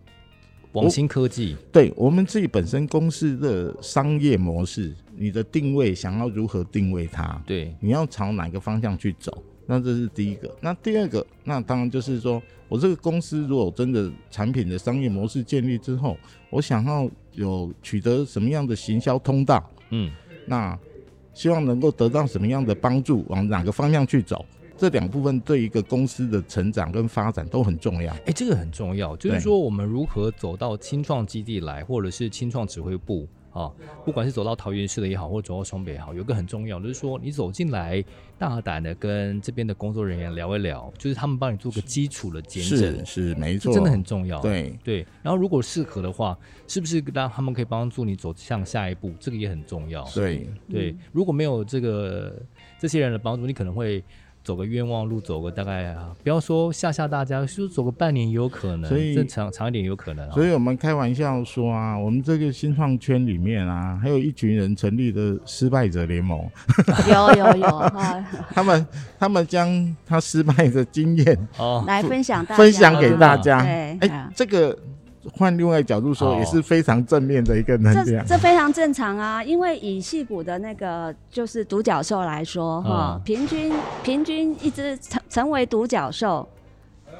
Speaker 2: 网新科技，
Speaker 3: 对我们自己本身公司的商业模式，你的定位想要如何定位它，
Speaker 2: 对，
Speaker 3: 你要朝哪个方向去走？那这是第一个。那第二个，那当然就是说我这个公司如果真的产品的商业模式建立之后，我想要有取得什么样的行销通道，
Speaker 2: 嗯，
Speaker 3: 那希望能够得到什么样的帮助，往哪个方向去走？这两部分对一个公司的成长跟发展都很重要。
Speaker 2: 哎、这个很重要，就是
Speaker 3: 对
Speaker 2: 说我们如何走到青创基地来，或者是青创指挥部啊，不管是走到桃园市的也好，或者走到双北也好，有一个很重要，就是说你走进来，大胆的跟这边的工作人员聊一聊，就是他们帮你做个基础的检
Speaker 3: 是
Speaker 2: 证，
Speaker 3: 是，没
Speaker 2: 这
Speaker 3: 错，
Speaker 2: 真的很重要。。
Speaker 3: 对。
Speaker 2: 对，然后如果适合的话，是不是让他们可以帮助你走向下一步？这个也很重要。
Speaker 3: 对，
Speaker 2: 对
Speaker 4: 嗯，
Speaker 2: 如果没有这个这些人的帮助，你可能会走个冤枉路，走个大概啊，不要说吓吓大家，就是走个半年也有可能，
Speaker 3: 所以
Speaker 2: 这长长一点也有可能啊。
Speaker 3: 所以我们开玩笑说啊，我们这个新创圈里面啊，还有一群人成立的失败者联
Speaker 4: *laughs*
Speaker 3: 盟，
Speaker 4: 有有有哈，
Speaker 3: 他们他们将他失败的经验
Speaker 2: *laughs* 哦，
Speaker 4: 来分享大家
Speaker 3: 分享给大家。
Speaker 4: 对
Speaker 3: 哎、
Speaker 4: 啊
Speaker 3: 这个换另外角度说，
Speaker 2: 哦
Speaker 3: 也是非常正面的一个能
Speaker 4: 这
Speaker 3: 量。
Speaker 4: 这非常正常啊，因为以戏骨的那个就是独角兽来说哈、
Speaker 2: 嗯
Speaker 4: 平均平均一只成成为独角兽，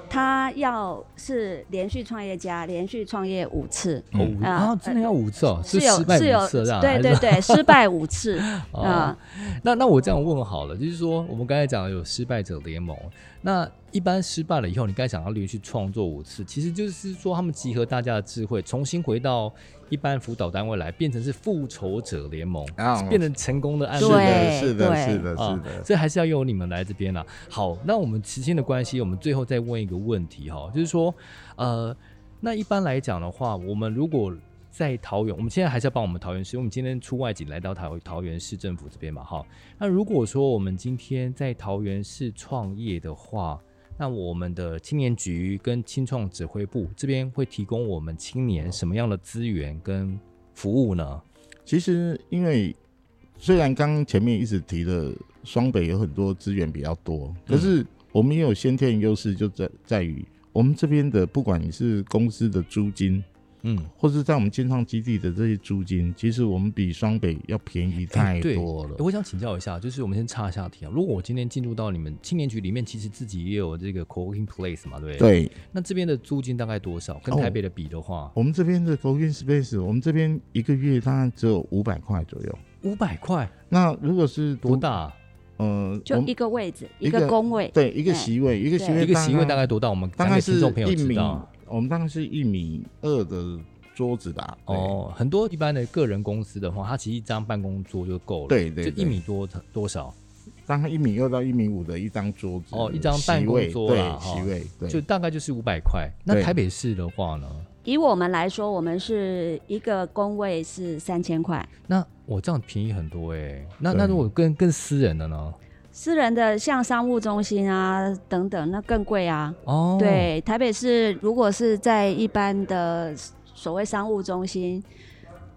Speaker 4: 它要是连续创业家，连续创业五次，
Speaker 2: 哦
Speaker 3: 嗯
Speaker 2: 五
Speaker 4: 啊
Speaker 2: 啊，真的要五次哦，
Speaker 4: 是有
Speaker 2: 失败
Speaker 4: 是有
Speaker 2: 五次这样，还
Speaker 4: 对
Speaker 2: 是
Speaker 4: 对对，失败五次
Speaker 2: *laughs* 哦
Speaker 4: 啊、
Speaker 2: 那那我这样问好了，就是说我们刚才讲的有失败者联盟，那一般失败了以后，你刚才讲要连续创作五次，其实就是说他们集合大家的智慧，重新回到一般辅导单位来，变成是复仇者联盟，
Speaker 3: 啊
Speaker 2: 变成成功的案例。
Speaker 3: 是的，哦
Speaker 4: 对
Speaker 3: 是的，
Speaker 4: 对
Speaker 3: 是的，是的。
Speaker 2: 这啊还是要由你们来这边啦、啊好，那我们之间的关系，我们最后再问一个问题哈、就是说，呃，那一般来讲的话，我们如果在桃园，我们现在还是要帮我们桃园市，因为我们今天出外景来到桃桃园市政府这边嘛哈。那如果说我们今天在桃园市创业的话，那我们的青年局跟青创指挥部这边会提供我们青年什么样的资源跟服务呢？
Speaker 3: 其实因为虽然刚刚前面一直提的双北有很多资源比较多，可是
Speaker 2: 嗯
Speaker 3: 我们也有先天优势，就在在于我们这边的，不管你是公司的租金，
Speaker 2: 嗯，
Speaker 3: 或是在我们建创基地的这些租金，其实我们比双北要便宜太
Speaker 2: 嗯对
Speaker 3: 多了
Speaker 2: 诶。我想请教一下，就是我们先岔一下题啊。如果我今天进入到你们青年局里面，其实自己也有这个 co-working place 嘛，对不对？。
Speaker 3: 对
Speaker 2: 那这边的租金大概多少？跟
Speaker 3: 哦
Speaker 2: 台北的比的话，
Speaker 3: 我们这边的 c o w i n Space，我们这边一个月大概只有五百块左右。
Speaker 2: 五百块
Speaker 3: 那如果是
Speaker 2: 多？大啊、
Speaker 3: 呃，
Speaker 4: 就
Speaker 3: 我们
Speaker 4: 一个位置，
Speaker 3: 一
Speaker 4: 一
Speaker 3: 个
Speaker 4: 个工位，
Speaker 3: 对一个
Speaker 4: 哎
Speaker 3: 席位，一个席位，
Speaker 2: 一个席位大概多大？我们
Speaker 3: 大
Speaker 2: 讲
Speaker 3: 概
Speaker 2: 给
Speaker 3: 是
Speaker 2: 听众朋友
Speaker 3: 一
Speaker 2: 知
Speaker 3: 米
Speaker 2: 道。，
Speaker 3: 我们大概是一米二的桌子吧。对，
Speaker 2: 哦，很多一般的个人公司的话，它其实一张办公桌就够了，
Speaker 3: 对对
Speaker 2: 就
Speaker 3: 对
Speaker 2: 一米多多少，
Speaker 3: 大概一米二到一米五的一张桌子，
Speaker 2: 哦一张办公桌
Speaker 3: 席位
Speaker 2: 啦哈
Speaker 3: 对，席位，对，
Speaker 2: 就大概就是五百块。那
Speaker 3: 对
Speaker 2: 台北市的话呢？
Speaker 4: 以我们来说，我们是一个工位是三千块，
Speaker 2: 那我这样便宜很多哎、那
Speaker 3: 对
Speaker 2: 那如果更更私人的呢？
Speaker 4: 私人的像商务中心啊等等，那更贵啊。
Speaker 2: 哦，，
Speaker 4: 对，台北市如果是在一般的所谓商务中心，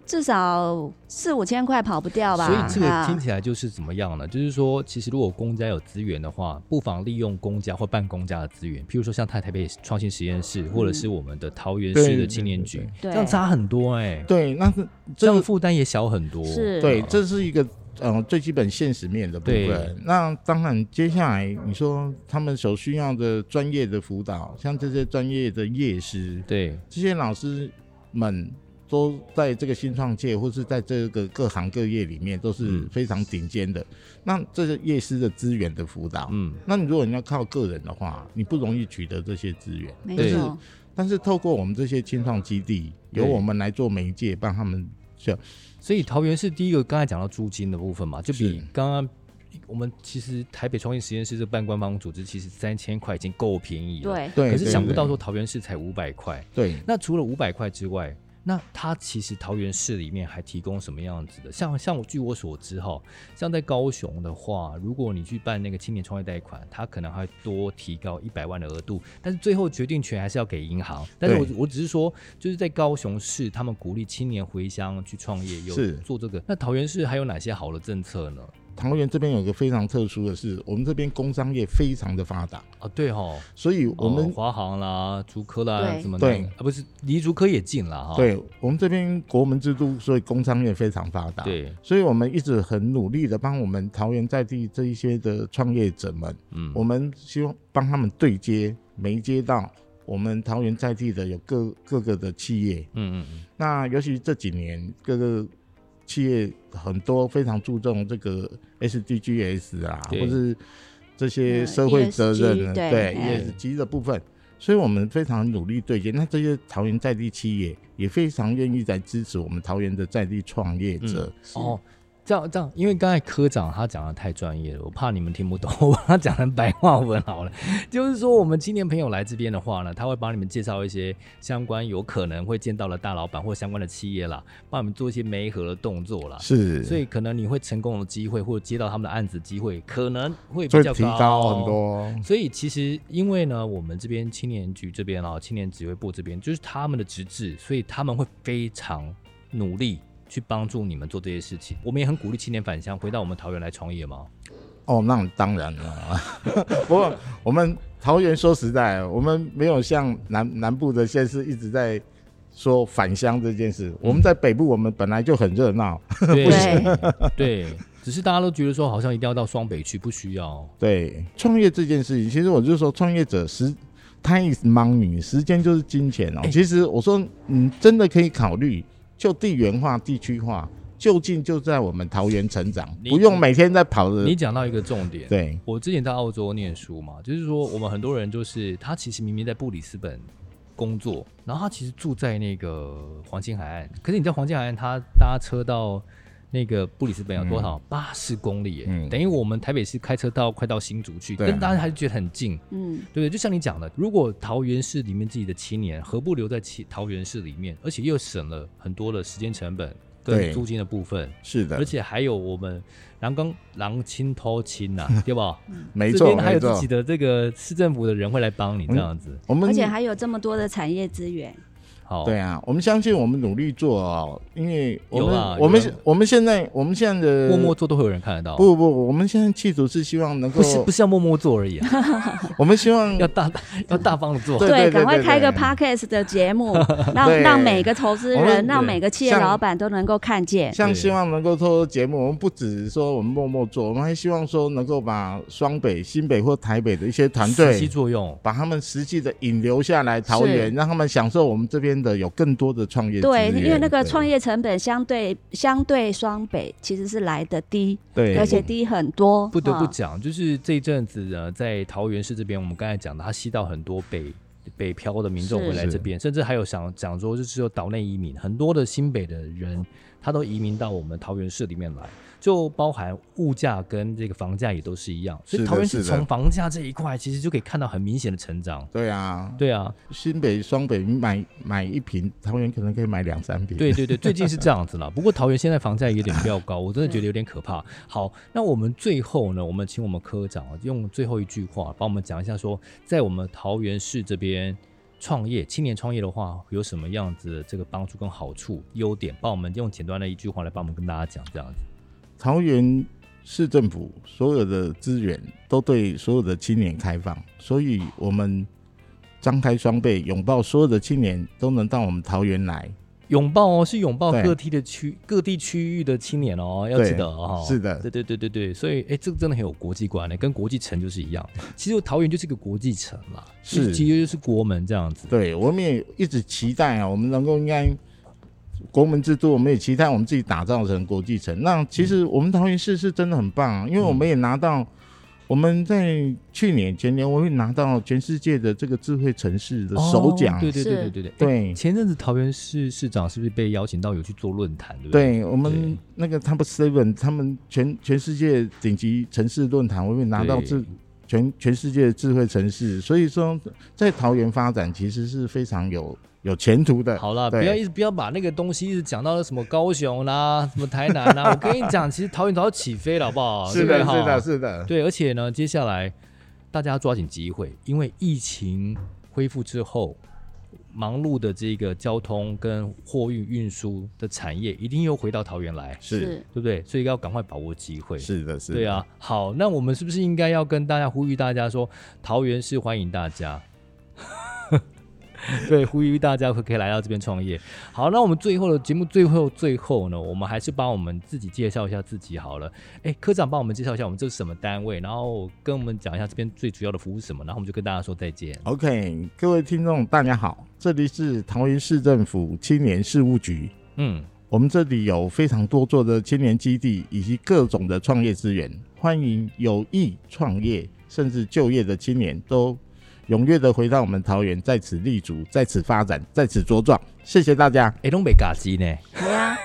Speaker 4: 至少四五千块跑不掉吧？
Speaker 2: 所以这个
Speaker 4: 啊
Speaker 2: 听起来就是怎么样呢？就是说，其实如果公家有资源的话，不妨利用公家或办公家的资源，譬如说像台台北创新实验室，或者是我们的桃园
Speaker 3: 对
Speaker 2: 市的
Speaker 3: 对
Speaker 2: 青年局，这
Speaker 4: 对
Speaker 2: 样差很多哎、
Speaker 3: 对，那是
Speaker 2: 这
Speaker 3: 这
Speaker 2: 样
Speaker 3: 个
Speaker 2: 负担也小很多。哎
Speaker 4: 是
Speaker 3: 对，这是一个呃最基本现实面的部
Speaker 2: 对
Speaker 3: 分。那当然，接下来你说他们所需要的专业的辅导，像这些专业的业师，
Speaker 2: 对，
Speaker 3: 这些老师们都在这个新创界或是在这个各行各业里面都是
Speaker 2: 嗯
Speaker 3: 非常顶尖的。那这个业师的资源的辅导，
Speaker 2: 嗯，
Speaker 3: 那你如果你要靠个人的话，你不容易取得这些资源。
Speaker 4: 没
Speaker 2: 对
Speaker 4: 错，
Speaker 3: 但是透过我们这些青创基地，由
Speaker 2: 对
Speaker 3: 我们来做媒介，帮他们就
Speaker 2: 所以桃园是第一个，刚才讲到租金的部分嘛，就比
Speaker 3: 是
Speaker 2: 刚刚。我们其实台北创新实验室这个半官方组织，其实三千块已经够便宜了。
Speaker 4: 对，
Speaker 3: 对。
Speaker 2: 可是
Speaker 3: 对
Speaker 2: 想不
Speaker 3: 对
Speaker 2: 到说桃园市才五百块，
Speaker 3: 对，
Speaker 2: 那除了五百块之外，那它其实桃园市里面还提供什么样子的？像像我据我所知哈，像在高雄的话，如果你去办那个青年创业贷款，它可能还多提高一百万的额度，但是最后决定权还是要给银行。但是我
Speaker 3: 对
Speaker 2: 我只是说，就是在高雄市，他们鼓励青年回乡去创业，有
Speaker 3: 是
Speaker 2: 做这个。那桃园市还有哪些好的政策呢？
Speaker 3: 桃园这边有个非常特殊的是，我们这边工商业非常的发达，
Speaker 2: 啊，对哈，
Speaker 3: 所以我们、
Speaker 2: 哦华航啦、竹科啦
Speaker 4: 对
Speaker 2: 什么的，
Speaker 3: 对
Speaker 2: 啊不是离竹科也近了哈。
Speaker 3: 对我们这边国门之都，所以工商业非常发达。，
Speaker 2: 对，
Speaker 3: 所以我们一直很努力的帮我们桃园在地这一些的创业者们，
Speaker 2: 嗯，
Speaker 3: 我们希望帮他们对接没接到我们桃园在地的有各各个的企业，
Speaker 2: 嗯嗯嗯，
Speaker 3: 那尤其这几年各个企业很多非常注重这个 SDGs 啊，
Speaker 2: 对
Speaker 3: 或是这些
Speaker 4: 嗯
Speaker 3: 社会责任啊
Speaker 4: ESG 对
Speaker 3: 对
Speaker 4: 嗯
Speaker 3: ESG 的部分，所以我们非常努力对接。那这些桃园在地企业也非常愿意在支持我们桃园的在地创业者。
Speaker 4: 是
Speaker 2: 哦，这样这样，因为刚才科长他讲的太专业了，我怕你们听不懂， *laughs* 我把他讲成白话文好了。就是说，我们青年朋友来这边的话呢，他会帮你们介绍一些相关有可能会见到的大老板或相关的企业啦，帮你们做一些媒合的动作啦。
Speaker 3: 是，
Speaker 2: 所以可能你会成功的机会，或者接到他们的案子机会，可能会比
Speaker 3: 所以
Speaker 2: 较
Speaker 3: 提高很多。
Speaker 2: 所以其实因为呢，我们这边青年局这边啊，青年指挥部这边就是他们的职责，所以他们会非常努力去帮助你们做这些事情。我们也很鼓励青年返乡，回到我们桃园来创业嘛。
Speaker 3: 哦，那当然了。 *laughs* 不过我们桃园说实在，我们没有像南南部的县市一直在说返乡这件
Speaker 2: 嗯
Speaker 3: 事。我们在北部，我们本来就很热闹，
Speaker 2: 对对，只是大家都觉得说好像一定要到双北去，不需要。
Speaker 3: 对创业这件事情，其实我就说，创业者时 time is money，时间就是金钱哦。
Speaker 2: 哎
Speaker 3: 其实我说，你真的可以考虑就地缘化、地区化，就近就在我们桃园成长，
Speaker 2: 你
Speaker 3: 不用每天在跑的
Speaker 2: 你。讲到一个重点，
Speaker 3: 对
Speaker 2: 我之前在澳洲念书嘛，就是说我们很多人就是他其实明明在布里斯本工作，然后他其实住在那个黄金海岸，可是你在黄金海岸，他搭车到那个布里斯本有多少？八十、公里耶，
Speaker 3: 嗯
Speaker 2: 等于我们台北市开车到快到新竹去，
Speaker 3: 对啊
Speaker 2: 跟大家还是觉得很近。
Speaker 4: 嗯，
Speaker 2: 对不对？就像你讲的，如果桃园市里面自己的青年何不留在其桃园市里面，而且又省了很多的时间成本跟
Speaker 3: 对
Speaker 2: 租金的部分，
Speaker 3: 是的
Speaker 2: 而，且还有我们狼刚狼亲偷亲呐、对吧？
Speaker 3: 没
Speaker 2: 这
Speaker 3: 错，
Speaker 2: 边还有
Speaker 3: 没
Speaker 2: 自
Speaker 3: 错
Speaker 2: 己。的这个市政府的人会来帮你这
Speaker 3: 嗯
Speaker 2: 样子。
Speaker 3: 我们
Speaker 4: 而且还有这么多的产业资源，
Speaker 2: 好，
Speaker 3: 对啊，我们相信我们努力做哦，因为我
Speaker 2: 有啦
Speaker 3: 们我们
Speaker 2: 有
Speaker 3: 现我们现在我们现在的
Speaker 2: 默默做都会有人看得到，
Speaker 3: 不不，我们现在企图是希望能够
Speaker 2: 不是不是要默默做而已
Speaker 4: *laughs*
Speaker 2: 啊，
Speaker 3: 我们希望
Speaker 2: 要大要大方的做，
Speaker 3: 对对对
Speaker 4: 赶快
Speaker 3: 对
Speaker 4: 开个
Speaker 3: 对
Speaker 4: podcast 的节目，让
Speaker 3: 对
Speaker 4: 让每个投资
Speaker 3: 我
Speaker 4: 人、
Speaker 3: 们
Speaker 4: 让
Speaker 2: 对
Speaker 4: 每个企业
Speaker 3: 像
Speaker 4: 老板都能够看见。
Speaker 3: 像
Speaker 2: 对
Speaker 3: 希望能够透过节目，我们不只是说我们默默做，我们还希望说能够把双北、新北或台北的一些团
Speaker 2: 实际
Speaker 3: 队，
Speaker 2: 作用，
Speaker 3: 把他们实际的引流下来桃园，
Speaker 4: 是
Speaker 3: 让他们享受我们这边的有更多的创业资
Speaker 4: 对，
Speaker 3: 源。
Speaker 4: 因为那个创
Speaker 3: 业
Speaker 4: 业成本相对相对双北其实是来的低，
Speaker 3: 对，
Speaker 4: 而且低很多。
Speaker 2: 不得不
Speaker 4: 哈
Speaker 2: 讲，就是这一阵子呃，在桃园市这边，我们刚才讲的，它吸到很多北北漂的民众
Speaker 4: 是
Speaker 2: 回来这边，甚至还有想讲说，就是有岛内移民，很多的新北的人，他都移民到我们桃园市里面来，就包含物价跟这个房价也都是一样，所以
Speaker 3: 是的
Speaker 2: 桃园市
Speaker 3: 是的
Speaker 2: 从房价这一块，其实就可以看到很明显的成长。
Speaker 3: 对啊，
Speaker 2: 对啊，
Speaker 3: 新北、双北买买一瓶，桃园可能可以买两三瓶。
Speaker 2: 对对对，最近是这样子啦。不过桃园现在房价有点比较高，我真的觉得有点可怕。好，那我们最后呢，我们请我们科长啊，用最后一句话帮我们讲一下说，在我们桃园市这边创业，青年创业的话有什么样子的这个帮助跟好处、优点，帮我们用简单的一句话来帮我们跟大家讲这样子。
Speaker 3: 桃园市政府所有的资源都对所有的青年开放，所以我们张开双臂，拥抱所有的青年都能到我们桃园来。
Speaker 2: 拥抱哦，是拥抱
Speaker 3: 对
Speaker 2: 各地的区各地区域的青年哦，要
Speaker 3: 对
Speaker 2: 记得哦。
Speaker 3: 是的
Speaker 2: 对对对对对，所以哎，这个真的很有国际观呢，跟国际城就是一样。其实桃园就是个国际城啦，
Speaker 3: 是
Speaker 2: 其实就是国门这样子。
Speaker 3: 对，我们也一直期待啊，我们能够应该国门之都，我们也期待哦我们自己打造成国际城。那其实我们桃园市是真的很棒、啊，因为我们也拿到。我们在去年、前年，我们也拿到全世界的这个智慧城市的首奖、
Speaker 2: 哦对对对
Speaker 4: 是
Speaker 2: 对对对。
Speaker 3: 对
Speaker 2: 前阵子桃园市市长是不是被邀请到有去做论坛，对不对？
Speaker 3: 对我们那个 Top Seven，他们全全世界顶级城市论坛，我们拿到
Speaker 2: 对
Speaker 3: 智全全世界的智慧城市，所以说在桃园发展其实是非常有有前途的。
Speaker 2: 好啦，不
Speaker 3: 对
Speaker 2: 要一直不要把那个东西一直讲到什么高雄啦、什么台南啊啦。我跟你
Speaker 3: *laughs*
Speaker 2: 讲，其实桃园早就起飞了，好不好？
Speaker 3: 是
Speaker 2: 对
Speaker 3: 的，
Speaker 2: 不对
Speaker 3: 是
Speaker 2: 哈
Speaker 3: 的，是的，
Speaker 2: 对，而且呢，接下来大家抓紧机会，因为疫情恢复之后，忙碌的这个交通跟货运运输的产业一定又回到桃园来，
Speaker 3: 是
Speaker 2: 对不对？所以要赶快把握机会。
Speaker 3: 是的，是的
Speaker 2: 对，啊，好，那我们是不是应该要跟大家呼吁大家说，桃园市欢迎大家？ *laughs* 对，呼吁大家可可以来到这边创业。好，那我们最后的节目最后最后呢，我们还是帮我们自己介绍一下自己好了。哎，科长帮我们介绍一下我们这是什么单位，然后跟我们讲一下这边最主要的服务是什么，然后我们就跟大家说再见。
Speaker 3: OK，各位听众大家好，这里是桃园市政府青年事务局。
Speaker 2: 嗯，
Speaker 3: 我们这里有非常多做的青年基地以及各种的创业资源，欢迎有意创业甚至就业的青年都踊跃的回到我们桃园，在此立足，在此发展，在此茁壮。谢谢大家。
Speaker 2: 哎，东北嘎鸡呢？
Speaker 4: *laughs* 对啊，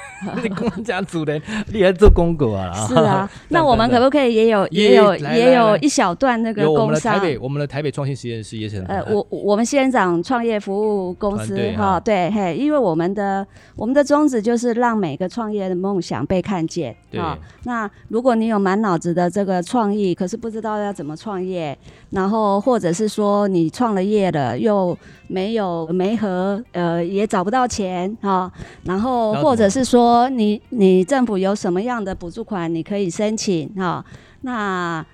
Speaker 2: 你跟我讲主人，你还做公狗啊？
Speaker 4: 是
Speaker 2: *laughs*
Speaker 4: 啊。那我们可不可以也有也
Speaker 2: 耶
Speaker 4: 有
Speaker 2: *laughs* 来
Speaker 4: 也
Speaker 2: 来
Speaker 4: 有
Speaker 2: 来
Speaker 4: 一小段那个
Speaker 2: 有我
Speaker 4: 工
Speaker 2: 们的台
Speaker 4: 商？
Speaker 2: 北，我们的台北创新实验室也是很
Speaker 4: 呃，我我们仙人掌创业服务公司
Speaker 2: 团队
Speaker 4: 哈、
Speaker 2: 啊
Speaker 4: 对嘿，因为我们的我们的宗旨就是让每个创业的梦想被看见
Speaker 2: 对
Speaker 4: 哈那如果你有满脑子的这个创意，可是不知道要怎么创业，然后或者是说你创了业了又没有没和呃也找不到钱哈、然后
Speaker 2: 那
Speaker 4: 或
Speaker 2: 怎
Speaker 4: 者
Speaker 2: 么
Speaker 4: 是说你你政府有什么样的补助款你可以申请哈、那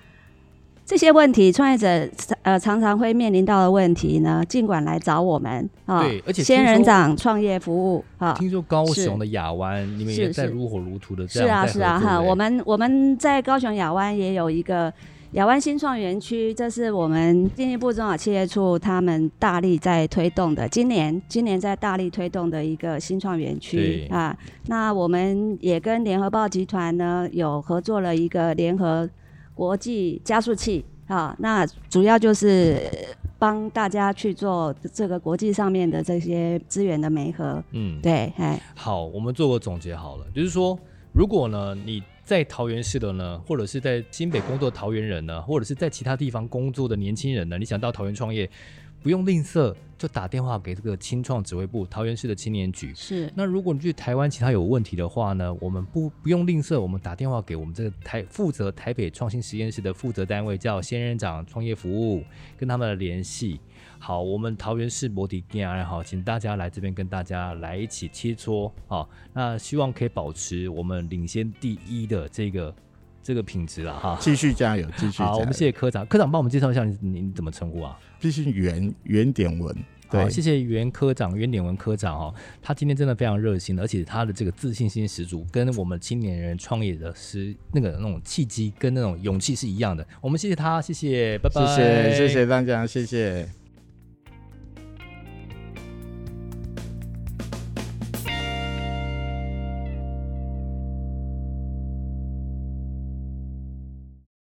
Speaker 4: 这些问题，创业者呃常常会面临到的问题呢，尽管来找我们啊。
Speaker 2: 对而且听
Speaker 4: 仙人
Speaker 2: 说
Speaker 4: 掌创业服务啊，
Speaker 2: 听说高
Speaker 4: 是
Speaker 2: 雄的亚湾，你们也
Speaker 4: 是
Speaker 2: 在
Speaker 4: 是
Speaker 2: 如火如荼的这
Speaker 4: 是
Speaker 2: 样
Speaker 4: 啊
Speaker 2: 在
Speaker 4: 是
Speaker 2: 合
Speaker 4: 啊
Speaker 2: 作
Speaker 4: 哈，
Speaker 2: 欸
Speaker 4: 我们我们在高雄亚湾也有一个亚湾新创园区，这是我们进一步中小企业处他们大力在推动的，今年今年在大力推动的一个新创园区
Speaker 2: 对
Speaker 4: 啊。那我们也跟联合报集团呢有合作了一个联合国际加速器啊，那主要就是帮大家去做这个国际上面的这些资源的媒合。
Speaker 2: 嗯，
Speaker 4: 对，哎，
Speaker 2: 好，我们做个总结好了，就是说，如果呢你在桃园市的呢，或者是在新北工作的桃园人呢，或者是在其他地方工作的年轻人呢，你想到桃园创业，不用吝啬，就打电话给这个青创指挥部桃园市的青年局。
Speaker 4: 是
Speaker 2: 那如果你去台湾其他有问题的话呢，我们不不用吝啬，我们打电话给我们这个台负责台北创新实验室的负责单位叫仙人掌创业服务，跟他们的联系。好，我们桃园市摩迪亚爱好，请大家来这边跟大家来一起切磋好，那希望可以保持我们领先第一的这个这个品质了哈。
Speaker 3: 继续加油，继续加油。
Speaker 2: 好，我们谢谢科长，科长帮我们介绍一下你你怎么称呼啊？
Speaker 3: 必须原原点文，对
Speaker 2: 好，，谢谢袁科长、袁典文科长哦，他今天真的非常热心，而且他的这个自信心十足，跟我们青年人创业的是那个那种契机跟那种勇气是一样的。我们谢谢他，谢谢，拜拜，
Speaker 3: 谢谢谢谢大家，谢谢。